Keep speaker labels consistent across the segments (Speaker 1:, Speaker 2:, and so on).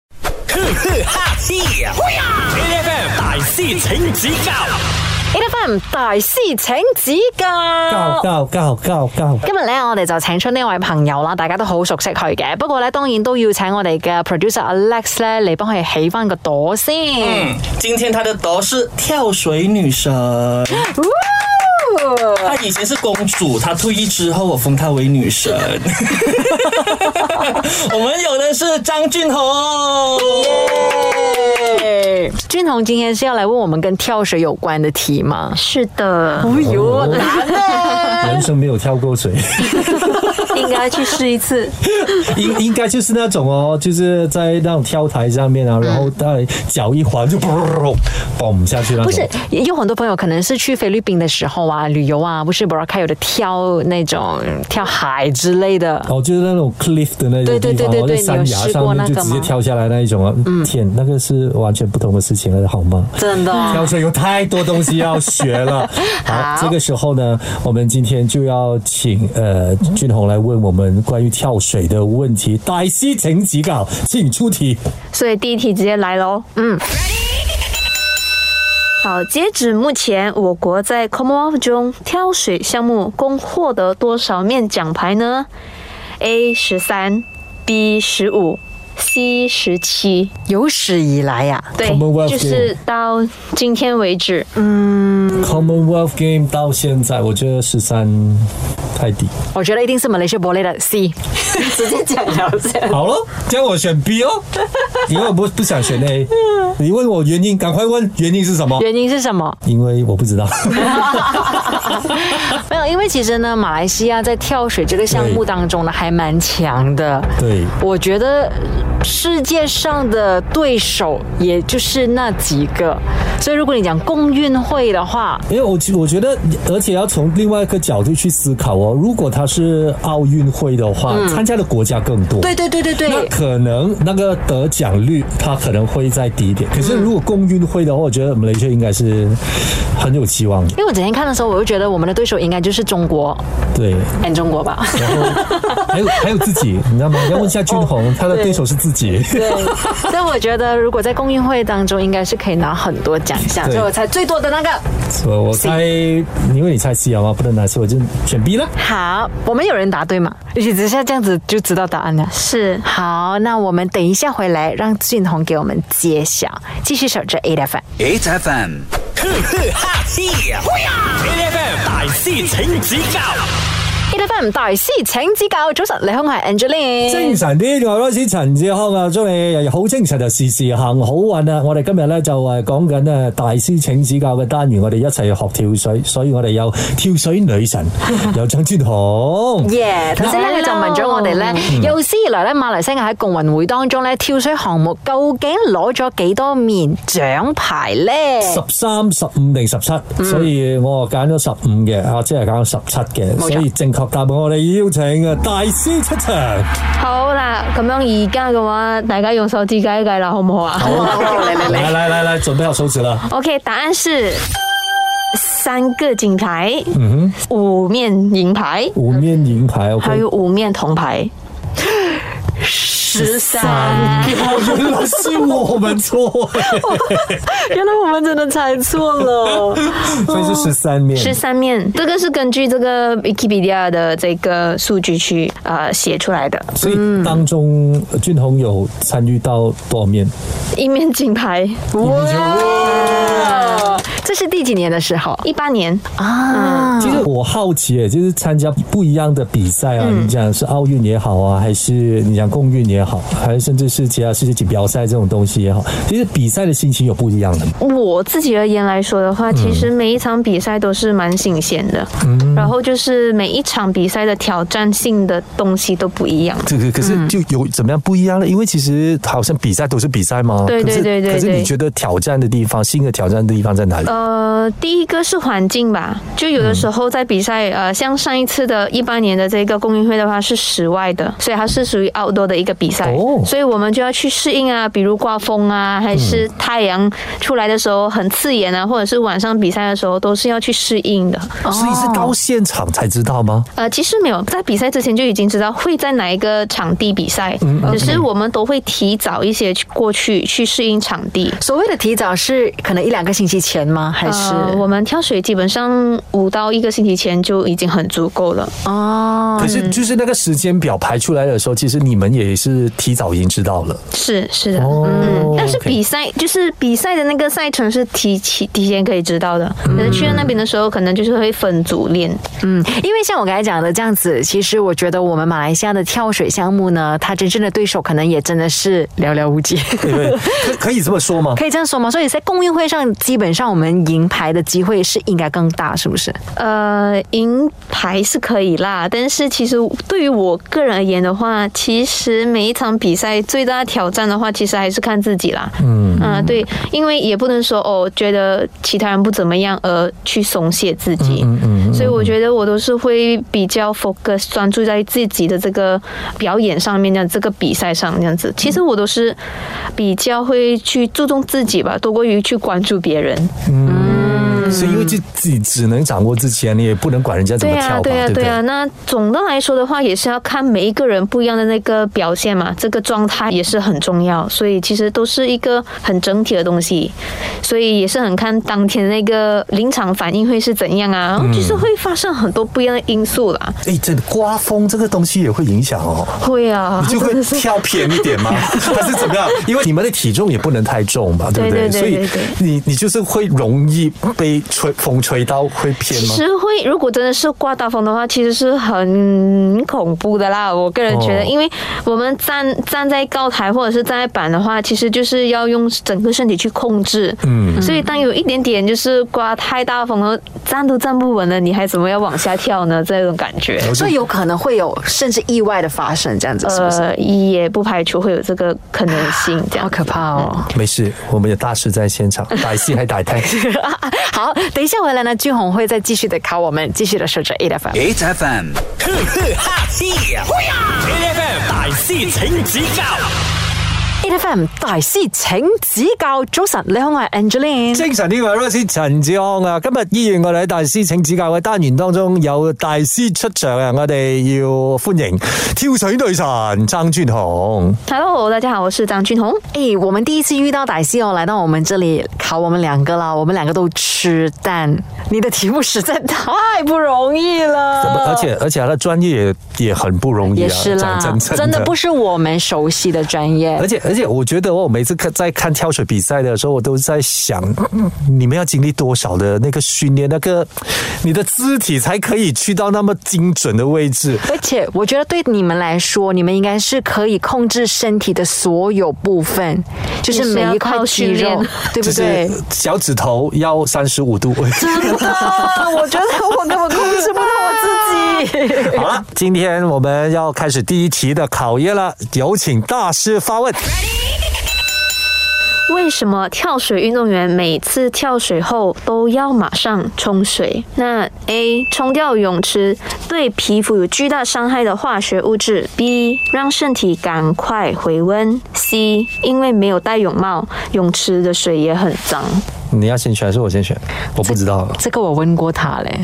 Speaker 1: 哎
Speaker 2: 呵呵哈嘿呀！A F M 大师请指教
Speaker 1: ，A F M 大師請指
Speaker 3: 教
Speaker 1: 教。
Speaker 3: 教教教教，
Speaker 1: 今日咧，我哋就請出呢位朋友啦，大家都好熟悉佢嘅。不過咧，當然都要請我哋嘅 producer Alex 咧嚟幫佢起翻個朵先。
Speaker 4: 嗯，今天她的朵是跳水女神，她以前是公主，她退役之后我封她为女神。我们有的是张俊宏，
Speaker 1: 耶俊宏今天是要来问我们跟跳水有关的题吗？
Speaker 5: 是的，
Speaker 1: 哎呦，难呢！
Speaker 3: 人生没有跳过水，
Speaker 5: 应该去试一次。
Speaker 3: 应应该就是那种哦，就是在那种跳台上面啊，然后在脚一滑就 嘣嘣下去那
Speaker 1: 嗯不
Speaker 3: 种
Speaker 1: 是。，也有很多朋友可能是去菲律宾的时候啊，旅游啊，不是 b r o c a 有的跳那种跳海之类的。
Speaker 3: 哦，就是那种 cliff 的那种地
Speaker 1: 对
Speaker 3: 方，哦
Speaker 1: 对对对对
Speaker 3: 在山崖上面就直接跳下来那一种啊！
Speaker 1: 嗯
Speaker 3: 天，那个是完全不同的事情了，好吗？
Speaker 1: 真的
Speaker 5: 哦
Speaker 3: 跳水有太多东西要学 了。好，
Speaker 1: 好
Speaker 3: 这个时候呢，我们今天就要请呃俊宏来问我们关于跳水的问题。大师请指教，请出题。
Speaker 5: 所以第一题直接来喽。嗯。好，截止目前，我国在 Commonwealth 中跳水项目共获得多少面奖牌呢？A 十三，B 十五，C 十七。
Speaker 1: 有史以啊来呀、
Speaker 5: 对
Speaker 3: Commonwealth，
Speaker 5: 就是到今天为止。嗯
Speaker 3: Commonwealth Game 到现在，我觉得十三太低。
Speaker 1: 我觉得一定是 Malaysia Boleh 的 C。
Speaker 3: 好了，这样我选 B 哦，因为我不不想选 A。你问我原因，赶快问原因是什么？
Speaker 1: 原因是什么？
Speaker 3: 因为我不知道。
Speaker 1: 没有，因为其实呢，马来西亚在跳水这个项目当中呢，还蛮强的。
Speaker 3: 对
Speaker 1: 我觉得世界上的对手也就是那几个，所以如果你讲共运会的话，
Speaker 3: 因为我觉我觉得，而且要从另外一个角度去思考哦。如果它是奥运会的话，参加的国家更多，
Speaker 1: 对对对对
Speaker 3: 那
Speaker 1: 对，
Speaker 3: 可能那个得奖率它可能会再低一点。可是如果共运会的话，我觉得马来西亚应该是很有希望的。
Speaker 1: 因为我整天看的时候，我就觉得我们的对手应该就是中国
Speaker 3: 对，
Speaker 1: ，and 中国 吧。
Speaker 3: 然后还有还有自己，你知道吗？要问一下俊宏，他的对手是自己。
Speaker 1: 对，所以我觉得如果在共运会当中，应该是可以拿很多奖项，
Speaker 3: 对
Speaker 1: 所以我才最多的那个。
Speaker 3: 我我猜，因为你猜 C 好吗？不能拿 C，我就选 B 了。
Speaker 1: 好，我们有人答对吗？也许只是这样子就知道答案了。
Speaker 5: 是，
Speaker 1: 好，那我们等一下回来，让俊宏给我们揭晓。继续守着 A F M。
Speaker 2: ，H F M，呵呵哈嘿呀！A F M 大师请指教
Speaker 1: A F M 大師請指教。早晨，你好，我係 Angeline。
Speaker 3: 精神啲，我係 Royce 陳志康啊，祝你日日好精神就事事行好運啊！我哋今日咧就誒講緊誒大師請指教嘅單元，我哋一齊學跳水， 所以我哋有跳水女 神，有張天虹。
Speaker 1: 耶！頭先咧佢就問咗我哋咧，嗯有史以來咧馬來西亞喺共運會當中咧跳水項目究竟攞咗幾多面獎牌咧？
Speaker 3: 十三、十五定十七，
Speaker 1: 嗯
Speaker 3: 所以我揀咗十五嘅，阿姐係揀咗十七嘅，
Speaker 1: 冇錯
Speaker 3: 所以正確答案我哋邀請啊大師出場。
Speaker 5: 好啦，咁樣而家嘅話，大家用手指計一計啦，好唔好啊？
Speaker 1: 好啊好啊嚟嚟嚟
Speaker 3: 来来来来，準備好手指啦！
Speaker 5: OK，答案是三个金牌，嗯哼，五面银牌，
Speaker 3: 五面銀牌
Speaker 5: 还
Speaker 3: ，OK，
Speaker 5: 有五面铜牌，十 三。
Speaker 3: 哦原來是我們錯，
Speaker 1: 原来我们真的猜错了。
Speaker 3: 所以是十三面。
Speaker 5: 十三面，这个是根据这个 Wikipedia 的这个数据去呃写出来的。
Speaker 3: 所以当中，呃俊宏有参与到多少面？
Speaker 5: 一面金牌，
Speaker 1: 哇！这是第几年的时候
Speaker 5: 一八年嗯
Speaker 1: 啊？
Speaker 3: 其实我好奇耶，就是参加不一样的比赛啊，
Speaker 5: 嗯
Speaker 3: 你讲是奥运也好啊，还是你讲共运也好，啊还是甚至是其他世界锦标赛这种东西也好，其实比赛的心情有不一样的。
Speaker 5: 我自己而言来说的话，其实每一场比赛都是蛮新鲜的，然后就是每一场比赛的挑战性的东西都不一样。
Speaker 3: 这个可是就有怎么样不一样呢？因为其实好像比赛都是比赛嘛，
Speaker 5: 对
Speaker 3: 可是
Speaker 5: 对对对
Speaker 3: 可是
Speaker 5: 对
Speaker 3: 你觉得挑战的地方，新的挑战的地方在哪里？
Speaker 5: 呃，第一个是环境吧，就有的时候在比赛，呃，像上一次的一八年的这个公运会的话是室外的，所以它是属于 outdoor 的一个比赛，
Speaker 3: 哦
Speaker 5: 所以我们就要去适应啊，比如刮风啊，还是太阳出来的时候很刺眼啊，或者是晚上比赛的时候都是要去适应的。
Speaker 1: 所
Speaker 3: 所以是到现场才知道吗？
Speaker 5: 呃，其实没有，在比赛之前就已经知道会在哪一个场地比赛，只是我们都会提早一些去过去去适应场地。
Speaker 1: 所谓的提早是可能一两个星期前吗？还是、
Speaker 5: 呃我们跳水基本上五到一个星期前就已经很足够了。
Speaker 1: 哦
Speaker 5: 嗯
Speaker 3: 可？是就是那个时间表排出来的时候，其实你们也是提早已经知道了。
Speaker 5: 是是的，
Speaker 3: 哦
Speaker 5: 嗯，但是
Speaker 3: OK
Speaker 5: 比赛就是比赛的那个赛程是提前提前可以知道的，
Speaker 3: 嗯
Speaker 5: 可是去到那边的时候，可能就是会分组练。
Speaker 1: 嗯， 因为像我刚才讲的这样子，其实我觉得我们马来西亚的跳水项目呢，它真正的对手可能也真的是寥寥无几。
Speaker 3: 对不对？ 可可以这么说吗？
Speaker 1: 可以这样说吗？所以在公运会上，基本上我们银牌的机会是应该更大，是不是？
Speaker 5: 呃，银牌是可以啦，但是其实对于我个人而言的话，其实每一场比赛最大的挑战的话，其实还是看自己啦。嗯对，因为也不能说哦，觉得其他人不怎么样而去松懈自己。
Speaker 3: 嗯嗯
Speaker 5: 所以我觉得我都是会比较 focus 专注在自己的这个表演上面，这样这个比赛上这样子。其实我都是比较会去注重自己吧，多过于去关注别人。
Speaker 3: 嗯，是因为就自己只能掌握自己啊，你也不能管人家怎
Speaker 5: 对
Speaker 3: 么
Speaker 5: 呀，
Speaker 3: 跳吧，
Speaker 5: 对呀，啊
Speaker 3: 不
Speaker 5: 对
Speaker 3: 对？
Speaker 5: 呀。那总的来说的话，也是要看每一个人不一样的那个表现嘛，这个状态也是很重要。所以其实都是一个很整体的东西，所以也是很看当天那个临场反应会是怎样啊，
Speaker 3: 嗯
Speaker 5: 就是会发生很多不一样的因素啦。
Speaker 3: 哎，这刮风这个东西也会影响 哦。
Speaker 5: 会啊
Speaker 3: 你，就
Speaker 5: 真
Speaker 3: 会
Speaker 5: 的是
Speaker 3: 跳偏一点 吗？还是怎么样？因为你们的体重也不能太重嘛，对不
Speaker 5: 对对对
Speaker 3: 所以
Speaker 5: 对对
Speaker 3: 你你就是会容易被吹风吹到会偏
Speaker 5: 其
Speaker 3: 吗？
Speaker 5: 实会，如果真的是刮大风的话，其实是很恐怖的啦。我个人觉得，
Speaker 3: 哦
Speaker 5: 因为我们站站在高台或者是站在板的话，其实就是要用整个身体去控制。嗯，所以当有一点点就是刮太大风了，站都站不稳了，你还怎么要往下跳呢？这种感觉，
Speaker 1: 所以有可能会有甚至意外的发生，这样子是不是？
Speaker 5: 呃，也不排除会有这个可能性。这
Speaker 1: 嗯好
Speaker 5: 样，
Speaker 1: 可怕哦！
Speaker 3: 没事，我们有大师在现 场，歹戏还歹胎。
Speaker 1: 好，等一下回来呢，俊宏会再继续的考我们，继续的守着 A F M。
Speaker 2: ，H F M，呵呵哈嘿哎呀，A F M 大师请指教
Speaker 1: 8 F M 大師請指教，早晨，你好，我係 Angeline。
Speaker 3: 精神呢位 Rosie 陳志康啊，今日醫院我哋喺大師請指教嘅單元當中有大師出場啊，我哋要歡迎跳水女神張俊紅。
Speaker 5: Hello，大家好，我是张俊宏。
Speaker 1: 诶、哎我们第一次遇到歹西哦，来到我们这里考我们两个啦，我们两个都吃蛋。你的题目实在太不容易了，
Speaker 3: 而且而且她的專業也也很不容易啊，
Speaker 1: 也呃是啦，
Speaker 3: 講真
Speaker 1: 真的不是我们熟悉的专业
Speaker 3: 而。且而且，我觉得我每次看在看跳水比赛的时候，我都在想，你们要经历多少的那个训练，那个你的肢体才可以去到那么精准的位置。
Speaker 1: 而且我觉得对你们来说，你们应该是可以控制身体的所有部分，就是
Speaker 5: 也是要
Speaker 1: 每一块
Speaker 5: 靠
Speaker 1: 肌
Speaker 5: 训练
Speaker 1: 肉，对
Speaker 3: 就
Speaker 1: 不
Speaker 3: 是
Speaker 1: 对？
Speaker 3: 小指头要三十五度。
Speaker 1: 我觉得我根本控制不到我自己。
Speaker 3: 好了，今天我们要开始第一题的考验了，有请大师发问。
Speaker 5: 为什么跳水运动员每次跳水后都要马上冲水？那 A 冲掉泳池对皮肤有巨大伤害的化学物质；B 让身体赶快回温；C 因为没有戴泳帽，泳池的水也很脏。
Speaker 3: 你要先选还是我先选？我不知道。
Speaker 1: 这个我问过他嘞，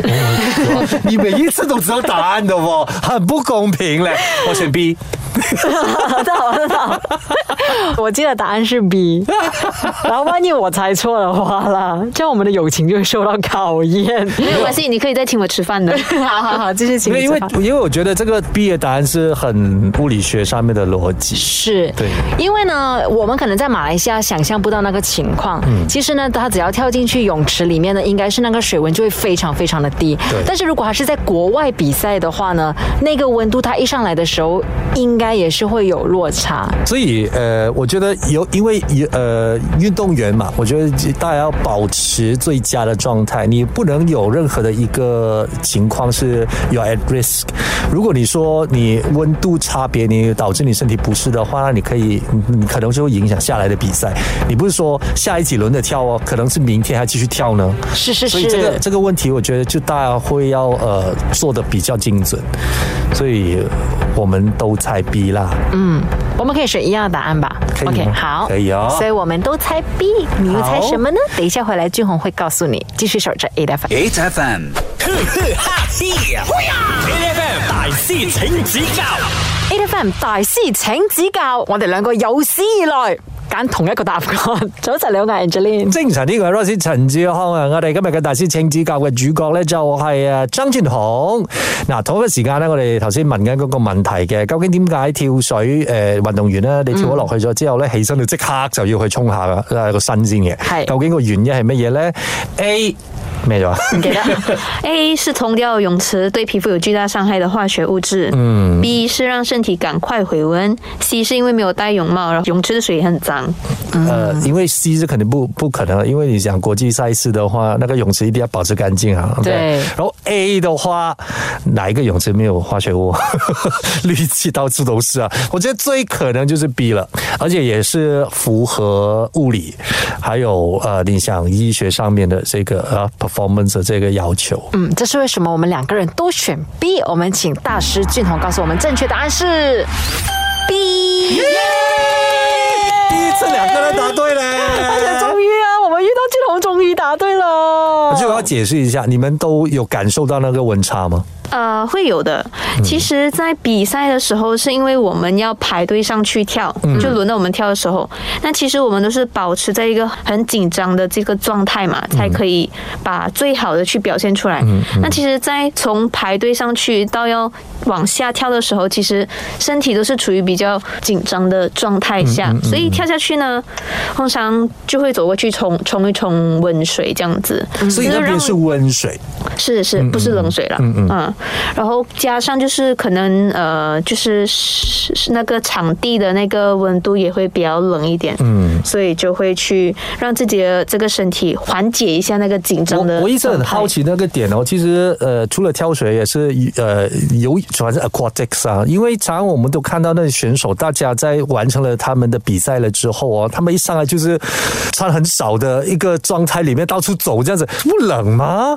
Speaker 3: 你每一次都知道答案的哦，很不公平嘞。我选 B。
Speaker 1: 我记得答案是 B。然后万一我猜错的话啦，这样我们的友情就会受到考验。
Speaker 5: 没有关系，你可以再请我吃饭的。
Speaker 1: 好好好，继续请
Speaker 3: 因为因为因为我觉得这个 B 的答案是很物理学上面的逻辑。
Speaker 1: 是，
Speaker 3: 对
Speaker 1: 因为呢，我们可能在马来西亚想象不到那个情况。
Speaker 3: 嗯
Speaker 1: 其实呢，他只要跳进去泳池里面呢，应该是那个水温就会非常非常的低。
Speaker 3: 对
Speaker 1: 但是如果他是在国外比赛的话呢，那个温度它一上来的时候，应该也是会有落差。
Speaker 3: 所以呃，我觉得有因为有呃运动员嘛，我觉得大家要保持最佳的状态，你不能有任何的一个情况是有较 at risk。如果你说你温度差别你导致你身体不适的话，那你可以你你可能就会影响下来的比赛。你不是说下一几轮的跳哦，可能是明天还继续跳呢。
Speaker 1: 是是
Speaker 3: 所以这个
Speaker 1: 是。
Speaker 3: 这个问题，我觉得就大家会要呃做的比较精准，所以我们都猜 B 啦。
Speaker 1: 我们可以选一样的答案吧
Speaker 3: 可以吗
Speaker 1: ？OK，好，
Speaker 3: 可以哦
Speaker 1: 所以我们都猜 B，你又猜
Speaker 3: 好
Speaker 1: 什么呢？等一下回来俊宏会告诉你。继续守着 A F。
Speaker 6: ，H F M。
Speaker 2: A F M 大师请指教
Speaker 1: 8 F M 大師請指教，我哋兩個有史以來揀同一個答案。 早晨，你好，我係 Angeline。
Speaker 3: 精神呢個係 r o s e 陳志康啊！我哋今日嘅大師請指教嘅主角咧就係啊張俊雄。嗱，同一個時間咧，我哋頭先問緊嗰個問題嘅，究竟點解跳水誒運動員咧，你跳咗落去咗之後咧，起身就即刻就要去沖下啦誒個身先嘅？
Speaker 1: 係
Speaker 3: 究竟個原因係乜嘢咧？A 咩咗啊？
Speaker 1: 唔記得
Speaker 5: A 是冲掉泳池对皮肤有巨大伤害的化学物质，嗯，B 是让身体赶快回温，C 是因为没有戴泳帽，然后泳池的水也很脏。
Speaker 1: 嗯
Speaker 3: 呃，因为 C 是肯定不不可能，因为你讲国际赛事的话，那个泳池一定要保持干净啊。OK？
Speaker 1: 对
Speaker 3: 然后 A 的话，哪一个泳池没有化学物？ 氯气到处都是啊！我觉得最可能就是 B 了，而且也是符合物理，还有呃，你想医学上面的这个呃 performance 的这个要求。
Speaker 1: 嗯，这是為什麼？我們兩個人都選 B。我們請大師俊宏告訴我們正確答案是 B。
Speaker 3: 第一次两个人答 对嘞！
Speaker 1: 終於啊，我們遇到俊宏，終於答對了。
Speaker 3: 就要解释一下，你们都有感受到那个温差吗？
Speaker 5: 呃，会有的。其实，在比赛的时候，是因为我们要排队上去跳，就轮到我们跳的时候，那其实我们都是保持在一个很紧张的这个状态嘛，才可以把最好的去表现出来。那其实，在从排队上去到要往下跳的时候，其实身体都是处于比较紧张的状态下，所以跳下去呢，通常就会走过去冲冲一冲温水这样子，
Speaker 3: 嗯
Speaker 1: 嗯
Speaker 3: 所以那
Speaker 5: 就
Speaker 3: 边
Speaker 5: 让
Speaker 3: 是温水。
Speaker 5: 是是，不是冷水了，嗯嗯然后加上就是可能呃，就是是是那个场地的那个温度也会比较冷一点，嗯，所以就会去让自己的这个身体缓解一下那个紧张的
Speaker 3: 我我一直很好奇那个点哦，其实呃，除了跳水也是呃游，主要是 aquatics 啊，因为常常我们都看到那选手，大家在完成了他们的比赛了之后哦，他们一上来就是穿很少的一个状态里面到处走这样子，不冷吗？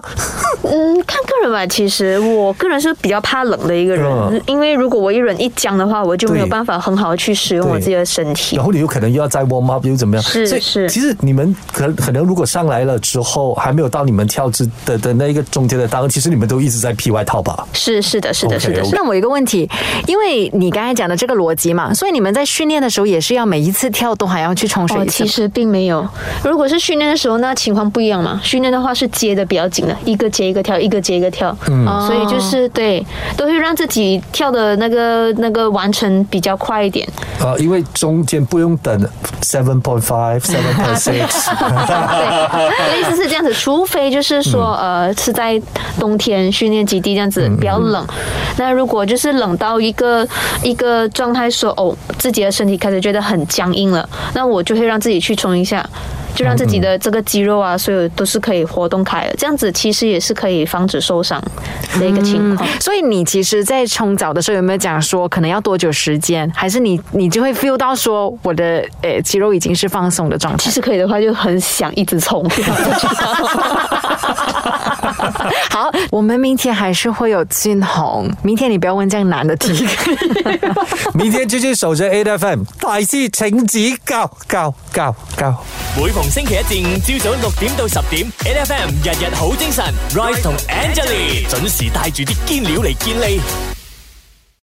Speaker 5: 嗯，看个人吧。其实我个人是比较怕冷的一个人，
Speaker 3: 嗯
Speaker 5: 因为如果我一人一僵的话，我就没有
Speaker 3: 对
Speaker 5: 办法很好的去使用我
Speaker 3: 对哦
Speaker 5: 自己的身体
Speaker 3: 然。后你有可能又要再 warm up 又怎么样？
Speaker 5: 是
Speaker 3: 所以
Speaker 5: 是
Speaker 3: 其实你们可可能如果上来了之后，还没有到你们跳之的的那一个中间的档，其实你们都一直在 P Y 套 吧？
Speaker 5: 是是的，是的，是的，是的。
Speaker 1: 那我有一个问题，因为你刚才讲的这个逻辑嘛，所以你们在训练的时候也是要每一次跳都还要去冲水
Speaker 5: 哦，
Speaker 1: 一次
Speaker 5: 其实并没有。如果是训练的时候，那情况不一样嘛。训练的话是接的比较紧的，一个接一个跳，一个接一个跳。嗯，所以就是对，都会让自己跳的那个那个完成比较快一点。
Speaker 3: 呃，因为中间不用等 seven point five seven point six。
Speaker 5: 对，类似是这样子，除非就是说、呃是在冬天训练基地这样子比较冷。那如果就是冷到一个一个状态说，哦自己的身体开始觉得很僵硬了，那我就会让自己去冲一下。就让自己的这个肌肉啊，所有都是可以活动开的，这样子其实也是可以防止受伤的一个情况。
Speaker 1: 所以你其实，在冲澡的时候有没有讲说可能要多久时间？还是你你就会 feel 到说我的呃肌肉已经是放松的状态
Speaker 5: 其？实可以的话，就很想一直冲。
Speaker 1: 好，我们明天还是会有俊宏。明天你不要问这样难的题。
Speaker 3: 明天继续守着 A F M，大师请指教，教教教。
Speaker 2: 每逢星期一至五朝早六點到十點，A F M 日日好精神，Rise 同 Angelie 準時帶住啲堅料嚟健利。